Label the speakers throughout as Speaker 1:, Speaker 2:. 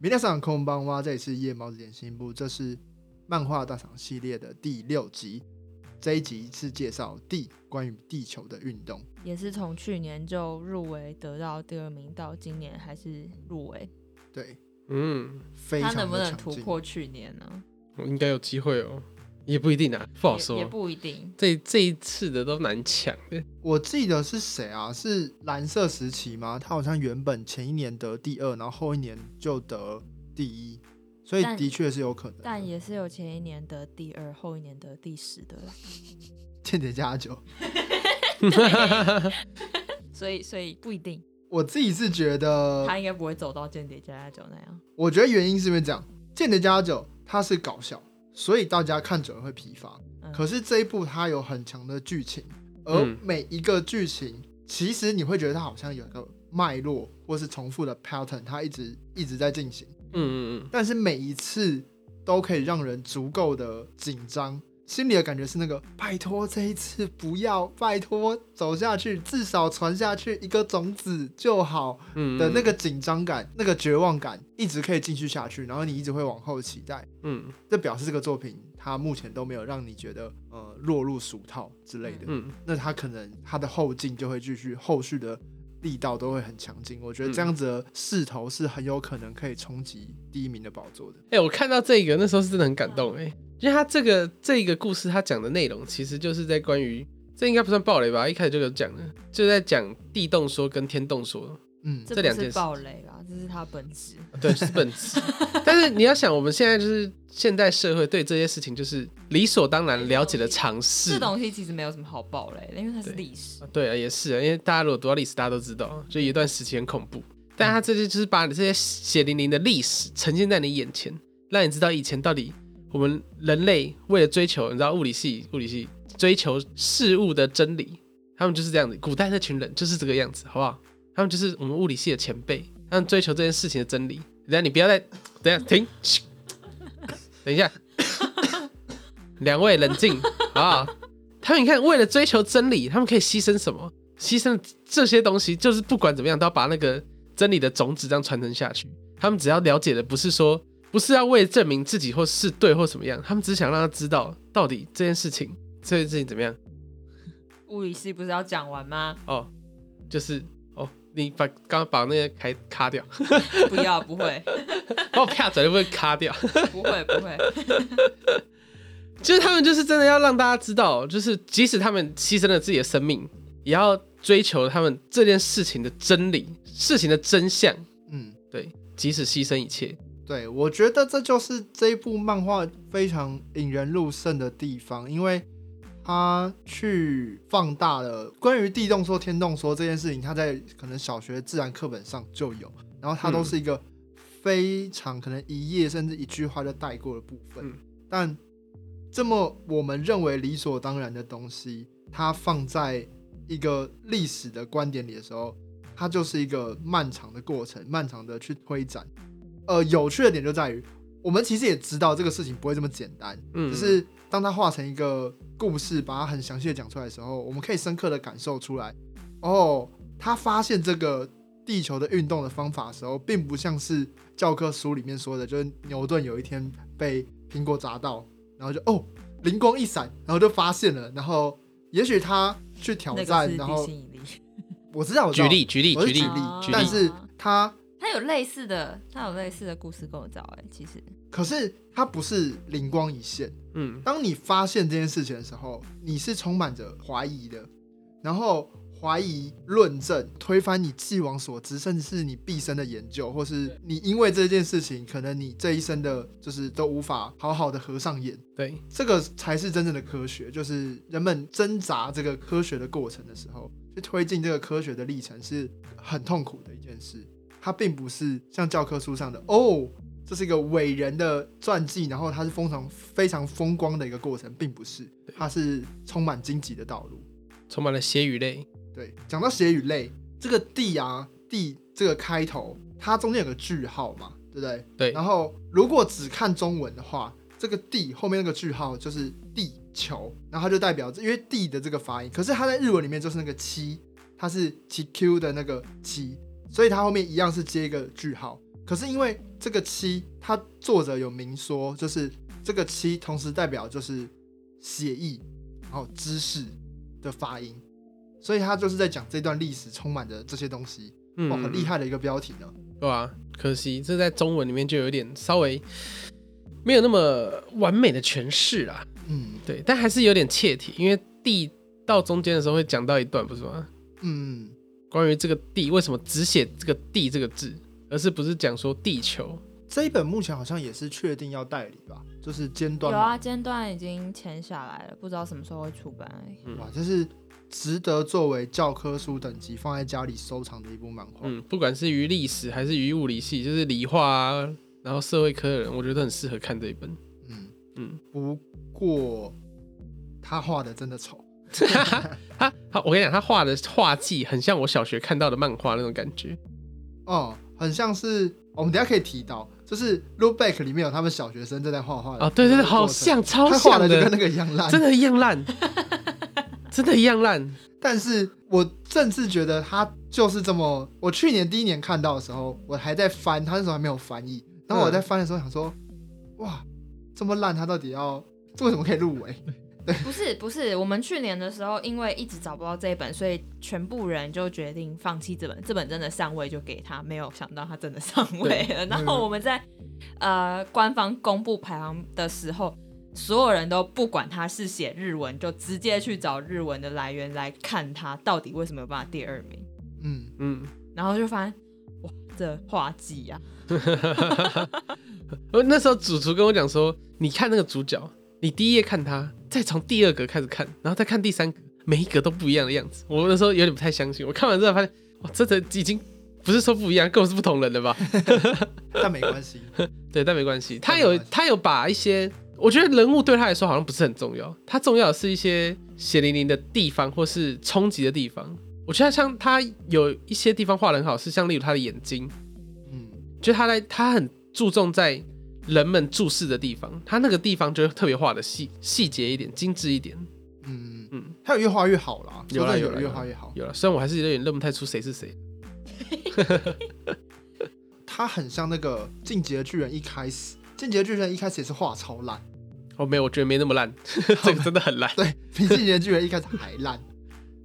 Speaker 1: 明天上空帮哇，这里是夜猫子点心部，这是漫画大赏系列的第六集。这一集是介绍地关于地球的运动，
Speaker 2: 也是从去年就入围得到第二名，到今年还是入围，
Speaker 1: 对，
Speaker 3: 嗯，
Speaker 1: 非常
Speaker 2: 他
Speaker 1: 的
Speaker 2: 能不能
Speaker 1: 强
Speaker 2: 突
Speaker 1: 劲
Speaker 2: 破去年呢？
Speaker 3: 我应该有机会哦，也不一定啊，不好
Speaker 2: 也也
Speaker 3: 说。
Speaker 2: 不一定。
Speaker 3: 这这一次的都难抢的，
Speaker 1: 我记得是谁啊？是蓝色时期吗？他好像原本前一年得第二，然后后一年就得第一，所以
Speaker 2: 但
Speaker 1: 的确是有可能的。
Speaker 2: 但也是有前一年得第二，后一年得第十的啦，
Speaker 1: 间谍加九，
Speaker 2: 所以所以不一定，
Speaker 1: 我自己是觉得，
Speaker 2: 他应该不会走到间谍加加九那样。
Speaker 1: 我觉得原因是因为这样，间谍加九它是搞笑，所以大家看久了会疲乏。
Speaker 2: 嗯
Speaker 1: 可是这一部它有很强的剧情，而
Speaker 3: 嗯
Speaker 1: 每一个剧情其实你会觉得它好像有一个脉络或是重复的 pattern，它一直一直在进行。
Speaker 3: 嗯嗯嗯，
Speaker 1: 但是每一次都可以让人足够的紧张，心里的感觉是那个拜托这一次不要，拜托走下去，至少传下去一个种子就好
Speaker 3: 嗯
Speaker 1: 的那个，紧张感、那个绝望感，一直可以继续下去，然后你一直会往后期待。
Speaker 3: 嗯
Speaker 1: 这表示这个作品它目前都没有让你觉得呃落入俗套之类的，
Speaker 3: 嗯
Speaker 1: 那它可能它的后劲就会继续，后续的力道都会很强劲。我觉得这
Speaker 3: 嗯
Speaker 1: 样子的势头是很有可能可以冲击第一名的宝座的。
Speaker 3: 哎、我看到这个那时候是真的很感动哎、因为他这个这个故事他讲的内容其实就是在关于，这应该不算暴雷吧？一开始就有讲的，就在讲地动说跟天动说，
Speaker 1: 嗯，
Speaker 2: 这
Speaker 3: 这两
Speaker 2: 不
Speaker 3: 件
Speaker 2: 是
Speaker 3: 事
Speaker 2: 暴雷啦，这是他本质。
Speaker 3: 对，是本质。 但是你要想，我们现在就是现代社会对这些事情就是理所当然了解的常识
Speaker 2: 这，东西其实没有什么好暴雷的，因为它是
Speaker 3: 对
Speaker 2: 历史。
Speaker 3: 对啊，也是啊，因为大家如果读到历史，大家都知道，就有一段时期很恐怖。但他这些就是把你这些血淋淋的历史呈现在你眼前，让你知道以前到底我们人类为了追求，你知道物理系物理系追求事物的真理，他们就是这样子。古代那群人就是这个样子，好不好？他们就是我们物理系的前辈，他们追求这件事情的真理。等一下你不要再，等一下停，嘘等一下， 两位冷静啊！他们你看，为了追求真理，他们可以牺牲什么？牺牲这些东西，就是不管怎么样，都要把那个真理的种子这样传承下去。他们只要了解的不是说，不是要为了证明自己或是对或怎么样，他们只想让他知道到底这件事情，这件事情怎么样。
Speaker 2: 物理系不是要讲完吗？
Speaker 3: 哦，就是哦，你把刚刚把那个开卡掉，
Speaker 2: 不要，不会，
Speaker 3: 把我啪嘴就不会卡掉。
Speaker 2: 不会，不会。
Speaker 3: 就是他们就是真的要让大家知道，就是即使他们牺牲了自己的生命，也要追求他们这件事情的真理、事情的真相。
Speaker 1: 嗯，
Speaker 3: 对，即使牺牲一切，
Speaker 1: 对，我觉得这就是这一部漫画非常引人入胜的地方，因为它去放大了关于地动说、天动说这件事情，它在可能小学自然课本上就有，然后它都
Speaker 3: 嗯
Speaker 1: 是一个非常可能一页甚至一句话就带过的部分，
Speaker 3: 嗯
Speaker 1: 但这么我们认为理所当然的东西，它放在一个历史的观点里的时候，它就是一个漫长的过程，漫长的去推展。呃，有趣的点就在于，我们其实也知道这个事情不会这么简单，
Speaker 3: 嗯，
Speaker 1: 只是当它化成一个故事，把它很详细的讲出来的时候，我们可以深刻的感受出来，哦，他发现这个地球的运动的方法的时候，并不像是教科书里面说的，就是牛顿有一天被苹果砸到，然后就哦灵光一闪，然后就发现了，然后也许他去挑
Speaker 2: 那个
Speaker 1: 战，
Speaker 2: 是
Speaker 1: 然
Speaker 2: 地
Speaker 1: 后
Speaker 2: 心引啊力，
Speaker 1: 我知道我知
Speaker 3: 举
Speaker 1: 道
Speaker 3: 例举例
Speaker 1: 我
Speaker 3: 举
Speaker 1: 是
Speaker 3: 例
Speaker 1: 举
Speaker 2: 例
Speaker 1: 例
Speaker 2: 举，
Speaker 1: 但
Speaker 2: 例
Speaker 1: 是他
Speaker 2: 它有类似的，它有类似的故事构造。哎，其实
Speaker 1: 可是他不是灵光一现。
Speaker 3: 嗯
Speaker 1: 当你发现这件事情的时候，你是充满着怀疑的，然后怀疑、论证、推翻你既往所知，甚至是你毕生的研究，或是你因为这件事情，可能你这一生的就是都无法好好的合上眼。
Speaker 3: 对，
Speaker 1: 这个才是真正的科学，就是人们挣扎这个科学的过程的时候，去推进这个科学的历程是很痛苦的一件事。它并不是像教科书上的哦，这是一个伟人的传记，然后它是非常非常风光的一个过程，并不是，它是充满荆棘的道路。
Speaker 3: 充满了血与泪，
Speaker 1: 对，讲到血与泪，这个地啊地这个开头，它中间有个句号嘛，对不对？
Speaker 3: 对
Speaker 1: 然后如果只看中文的话，这个地后面那个句号就是地球，然后它就代表，因为地的这个发音，可是它在日文里面就是那个七，它是七 Q 的那个七，所以它后面一样是接一个句号。可是因为这个七，它作者有明说，就是这个七同时代表就是写意，然后知识的发音，所以他就是在讲这段历史充满着这些东西，
Speaker 3: 嗯
Speaker 1: 哇，很厉，害的一个标题呢。
Speaker 3: 对啊，可惜这在中文里面就有点稍微没有那么完美的诠释啦。
Speaker 1: 嗯
Speaker 3: 对，但还是有点切题，因为地到中间的时候会讲到一段，不是吗？
Speaker 1: 嗯，
Speaker 3: 关于这个地为什么只写这个地这个字，而是不是讲说地球？
Speaker 1: 这一本目前好像也是确定要代理吧，就是尖端
Speaker 2: 有
Speaker 1: 嘛，
Speaker 2: 啊，间断已经签下来了，不知道什么时候会出版而已。
Speaker 1: 哇，这是值得作为教科书等级放在家里收藏的一部漫画。
Speaker 3: 嗯，不管是于历史还是于物理系，就是理化啊，然后社会科的人，我觉得都很适合看这一本。
Speaker 1: 嗯
Speaker 3: 嗯，
Speaker 1: 不过他画的真的丑。
Speaker 3: 他他，我跟你讲，他画的画技很像我小学看到的漫画那种感觉。
Speaker 1: 哦，很像是哦我们等一下可以提到，就是《Look Back》里面有他们小学生正在画画的
Speaker 3: 啊，对对对，
Speaker 1: 那个过
Speaker 3: 好
Speaker 1: 程，
Speaker 3: 像超
Speaker 1: 他画
Speaker 3: 像
Speaker 1: 的就跟
Speaker 3: 的，
Speaker 1: 那个一样烂。
Speaker 3: 真的一样 烂，真的一样烂。
Speaker 1: 但是我甚至觉得他就是这么，我去年第一年看到的时候，我还在翻，他那时候还没有翻译，然后我在翻的时候想说，哇，这么烂，他到底要这为什么可以入围？
Speaker 2: 不是不是，我们去年的时候，因为一直找不到这一本，所以全部人就决定放弃这本。这本真的上位就给他，没有想到他真的上位了。 然后我们在呃官方公布排行的时候，所有人都不管他是写日文，就直接去找日文的来源来看他到底为什么有办法第二名。
Speaker 1: 嗯，
Speaker 3: 嗯，
Speaker 2: 然后就发现，哇，这画技啊，
Speaker 3: 我那时候主厨跟我讲说，你看那个主角，你第一页看他，再从第二格开始看，然后再看第三格，每一格都不一样的样子。我那时候有点不太相信，我看完之后发现，哇，这的已经不是说不一样，根本是不同人了吧？
Speaker 1: 但没关 系，
Speaker 3: 对，但没关系，他
Speaker 1: 没
Speaker 3: 有
Speaker 1: 关系
Speaker 3: 他有把一些，我觉得人物对他来说好像不是很重要，他重要的是一些血淋淋的地方或是冲击的地方。我觉得像他有一些地方画的很好，是像例如他的眼睛，
Speaker 1: 嗯
Speaker 3: 就他在他很注重在人们注视的地方，他那个地方就会特别画的细细节一点，精致一点。
Speaker 1: 嗯，
Speaker 3: 嗯，
Speaker 1: 他有越画越好啦，
Speaker 3: 有啦
Speaker 1: 说真的
Speaker 3: 有啦
Speaker 1: 有越
Speaker 3: 有啦
Speaker 1: 画越好。
Speaker 3: 有了，虽然我还是有点认不太出谁是谁。
Speaker 1: 他很像那个《进击的巨人》一开始，《进击的巨人》一开始也是画超烂，
Speaker 3: 哦，没有，我觉得没那么烂， 这个真的很烂。
Speaker 1: 对比《进击的巨人》一开始还烂。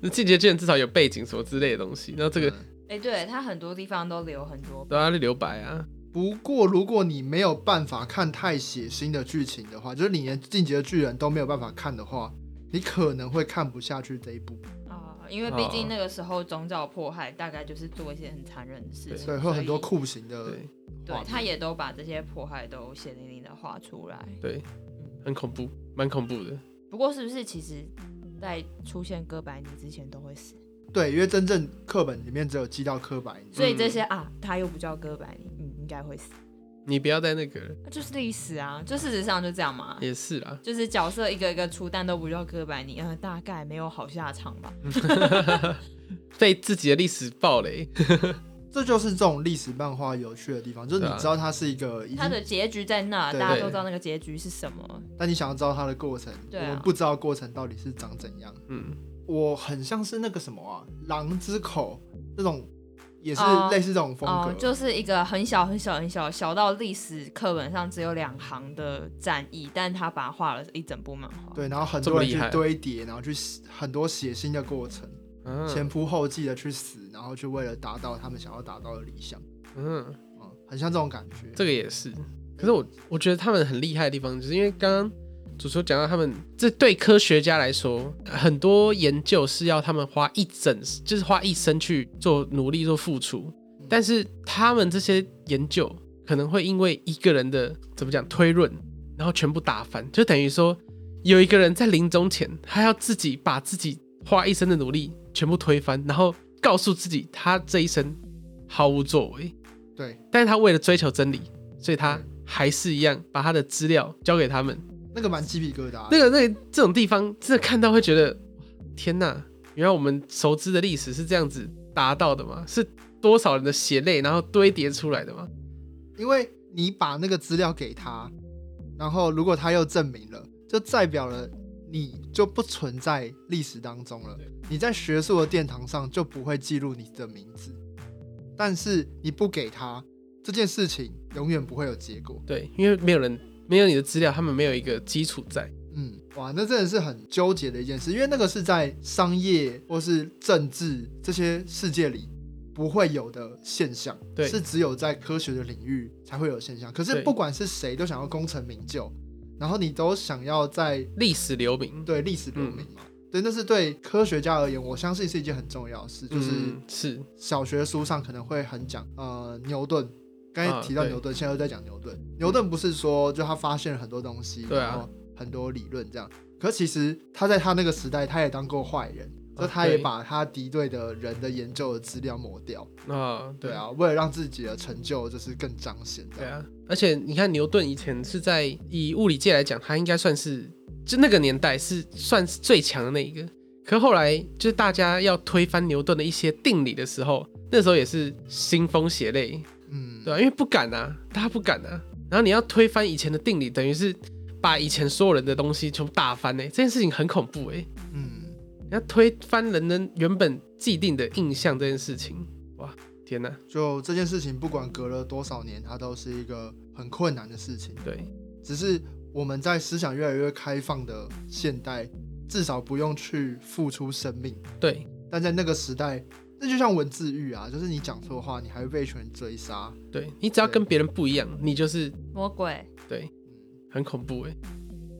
Speaker 3: 那进阶巨人至少有背景什么之类的东西，然后这个
Speaker 1: 嗯
Speaker 2: 哎、对他很多地方都留很多。
Speaker 3: 对啊，留白啊，
Speaker 1: 不过，如果你没有办法看太血腥的剧情的话，就是你连《进击的巨人》都没有办法看的话，你可能会看不下去这一部，
Speaker 2: 啊、因为
Speaker 3: 哦
Speaker 2: 毕竟那个时候宗教迫害，大概就是做一些很残忍的事情，
Speaker 1: 所以会有很多酷刑的
Speaker 3: 对
Speaker 1: 画
Speaker 2: 对
Speaker 1: 面，
Speaker 2: 他也都把这些迫害都血淋淋的画出来。
Speaker 3: 对，很恐怖，蛮恐怖的。
Speaker 2: 不过是不是其实，在出现哥白尼之前都会死，
Speaker 1: 对，因为真正课本里面只有记到科白尼，
Speaker 2: 所以这些、
Speaker 3: 嗯
Speaker 2: 啊，他又不叫哥白尼，嗯，应该会死，
Speaker 3: 你不要在那个
Speaker 2: 那就是历史啊，就事实上就这样嘛。
Speaker 3: 也是啦，
Speaker 2: 就是角色一个一个出，但都不叫哥白尼，呃，大概没有好下场吧。
Speaker 1: 嗯
Speaker 3: 被自己的历史暴雷。
Speaker 1: 这就是这种历史漫画有趣的地方，就是你
Speaker 3: 对啊
Speaker 1: 知道它是一个已
Speaker 2: 他
Speaker 1: 经，
Speaker 2: 的结局在那，
Speaker 1: 对
Speaker 2: 大家都
Speaker 3: 对
Speaker 2: 知道那个结局是什么。
Speaker 1: 但你想要知道它的过程，
Speaker 2: 对啊
Speaker 1: 我们不知道过程到底是长怎样。
Speaker 3: 嗯，
Speaker 1: 我很像是那个什么啊，《狼之口》那种，也是
Speaker 2: 哦
Speaker 1: 类似这种风格，
Speaker 2: 哦，就是一个很小很小很小，小到历史课本上只有两行的战役，但他把它画了一整部漫画。
Speaker 1: 对，然后很
Speaker 3: 啊这
Speaker 1: 多
Speaker 3: 么
Speaker 1: 人
Speaker 3: 厉
Speaker 1: 去
Speaker 3: 害
Speaker 1: 堆叠，然后去死很多血腥的过程，
Speaker 3: 啊
Speaker 1: 前仆后继的去死，然后去为了达到他们想要达到的理想，
Speaker 3: 嗯。
Speaker 1: 嗯，很像这种感觉。
Speaker 3: 这个也是。可是我我觉得他们很厉害的地方，就是因为刚刚主持人讲到他们，这对科学家来说，很多研究是要他们花一整，就是花一生去做努力做付出，但是他们这些研究可能会因为一个人的怎么讲推论，然后全部打翻，就等于说有一个人在临终前，他要自己把自己花一生的努力全部推翻，然后告诉自己他这一生毫无作为。
Speaker 1: 对，
Speaker 3: 但是他为了追求真理，所以他还是一样把他的资料交给他们。
Speaker 1: 那个蛮鸡皮疙瘩的。
Speaker 3: 那个那个这种地方，真的看到会觉得，天哪！原来我们熟知的历史是这样子达到的吗？是多少人的血泪然后堆叠出来的吗？
Speaker 1: 因为你把那个资料给他，然后如果他又证明了，就代表了你就不存在历史当中了
Speaker 3: 对。
Speaker 1: 你在学术的殿堂上就不会记录你的名字，但是你不给他，这件事情永远不会有结果。
Speaker 3: 对，因为没有人没有你的资料，他们没有一个基础在。
Speaker 1: 嗯，哇，那真的是很纠结的一件事，因为那个是在商业或是政治这些世界里不会有的现象，
Speaker 3: 对
Speaker 1: 是只有在科学的领域才会有现象。可是
Speaker 3: 对
Speaker 1: 不管是谁都想要功成名就，然后你都想要在
Speaker 3: 历史留名，
Speaker 1: 对历史留名嘛。
Speaker 3: 嗯
Speaker 1: 对，那是对科学家而言，我相信是一件很重要的事，就是
Speaker 3: 嗯是
Speaker 1: 小学书上可能会很讲，呃，牛顿，刚才
Speaker 3: 啊
Speaker 1: 提到
Speaker 3: 对
Speaker 1: 牛顿，现在又在讲牛顿。牛顿不是说就他发现了很多东西，
Speaker 3: 对啊
Speaker 1: 然后很多理论这样，可其实他在他那个时代，他也当过坏人，
Speaker 3: 啊
Speaker 1: 就他也
Speaker 3: 对
Speaker 1: 把他敌对的人的研究的资料抹掉，
Speaker 3: 啊，
Speaker 1: 对啊，为了让自己的成就就是更彰显这
Speaker 3: 对
Speaker 1: 样。
Speaker 3: 啊，而且你看牛顿以前是在以物理界来讲，他应该算是就那个年代是算是最强的那一个。可后来就是大家要推翻牛顿的一些定理的时候，那时候也是腥风血泪，
Speaker 1: 嗯，
Speaker 3: 对吧、因为不敢啊，大家不敢啊。然后你要推翻以前的定理，等于是把以前所有人的东西全部打翻欸呢、这件事情很恐怖哎、
Speaker 1: 嗯，
Speaker 3: 你要推翻人的原本既定的印象这件事情，哇，天哪！
Speaker 1: 就这件事情，不管隔了多少年，它都是一个很困难的事情。
Speaker 3: 对，
Speaker 1: 只是我们在思想越来越开放的现代，至少不用去付出生命。
Speaker 3: 对，
Speaker 1: 但在那个时代，那就像文字狱啊，就是你讲错话，你还会被一群人追杀。
Speaker 3: 对，你只要
Speaker 1: 对
Speaker 3: 跟别人不一样，你就是
Speaker 2: 魔鬼，
Speaker 3: 对，
Speaker 1: 嗯，
Speaker 3: 很恐怖哎、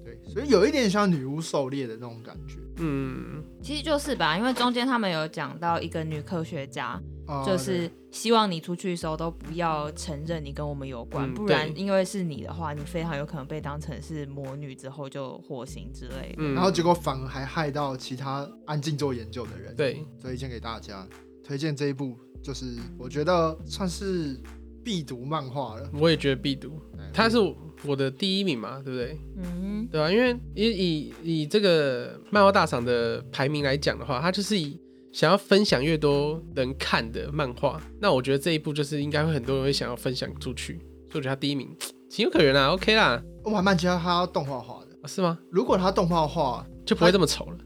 Speaker 1: 对，所以有一点像女巫狩猎的那种感觉。
Speaker 3: 嗯，
Speaker 2: 其实就是吧，因为中间他们有讲到一个女科学家，
Speaker 3: 哦
Speaker 1: 啊，
Speaker 2: 就是希望你出去的时候都不要承认你跟我们有关，
Speaker 3: 嗯
Speaker 2: 不然因为是你的话，你非常有可能被当成是魔女之后就火刑之类
Speaker 1: 对，
Speaker 2: 的。
Speaker 3: 嗯
Speaker 1: 然后结果反而还害到其他安静做研究的人。，
Speaker 3: 对，
Speaker 1: 推荐给大家，推荐这一部，就是我觉得算是必读漫画了。
Speaker 3: 我也觉得必读，
Speaker 1: 哎
Speaker 3: 它是我的第一名嘛，对不对？
Speaker 2: 嗯，
Speaker 3: 对吧、啊因为以以以这个漫画大赏的排名来讲的话，它就是以想要分享越多人看的漫画，那我觉得这一部就是应该会很多人会想要分享出去，所以我觉得它第一名情有可原啦，OK 啊啦、
Speaker 1: 我还蛮期待它动画化的。
Speaker 3: 啊是吗？
Speaker 1: 如果它动画化，
Speaker 3: 就不会这么丑了。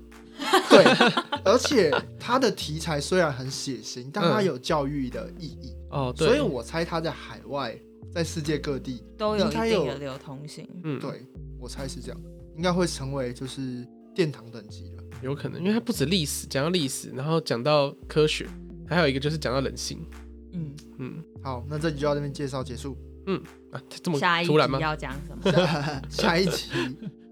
Speaker 1: 对， 而且它的题材虽然很血腥，但它
Speaker 3: 嗯
Speaker 1: 有教育的意义，
Speaker 3: 哦，对，
Speaker 1: 所以我猜它在海外，在世界各地
Speaker 2: 都有
Speaker 1: 应
Speaker 2: 一
Speaker 1: 该
Speaker 2: 定
Speaker 1: 有
Speaker 2: 的流通性。
Speaker 3: 嗯，
Speaker 1: 对，我猜是这样，应该会成为就是殿堂等级的。
Speaker 3: 有可能，因为它不止历史，讲到历史，然后讲到科学，还有一个就是讲到人性。
Speaker 2: 嗯，
Speaker 3: 嗯
Speaker 1: 好，那这集就到这边介绍结束，
Speaker 3: 啊，这么
Speaker 2: 下一
Speaker 3: 突然吗
Speaker 2: 集？要讲什么？
Speaker 1: 下一集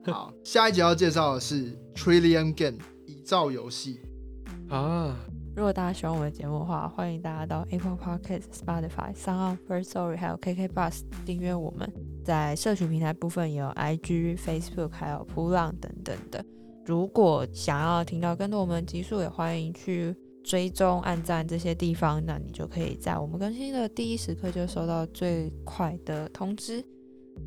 Speaker 1: 好，下一集要介绍的是 Trillion Game 一兆游戏。
Speaker 3: 啊，
Speaker 4: 如果大家喜欢我们的节目的话，欢迎大家到 Apple Podcast、Spotify、s o n First Story 还有 KK Bus 订阅我们。在社群平台部分也有 IG、Facebook 还有扑浪等等的。如果想要听到更多我们的集数，也欢迎去追踪、按赞这些地方，那你就可以在我们更新的第一时刻就收到最快的通知。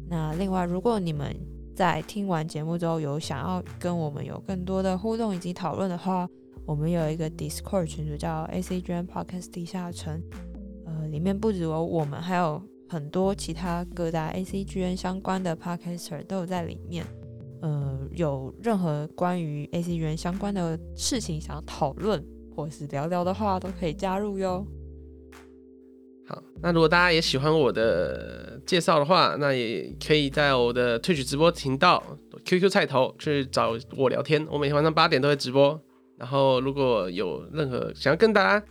Speaker 4: 那另外，如果你们在听完节目之后有想要跟我们有更多的互动以及讨论的话，我们有一个 Discord 群组叫 ACGN Podcast 地下城，呃，里面不只有我们，还有很多其他各大 ACGN 相关的 Podcaster 都有在里面。呃，有任何关于 ACGN 相关的事情想要讨论或是聊聊的话，都可以加入哟。
Speaker 3: 好，那如果大家也喜欢我的介绍的话，那也可以在我的 Twitch 直播频道 QQ 菜头去找我聊天。我每天晚上八点都会直播。然后如果有任何想要跟大家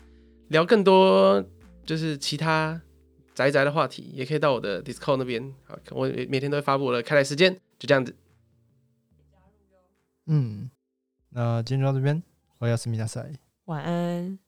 Speaker 3: 聊更多，就是其他宅宅的话题，也可以到我的 Discord 那边。好，我每天都会发布我的开台时间，就这样子。
Speaker 1: 嗯，那今天就到这边，我要思密达赛。
Speaker 4: 晚安。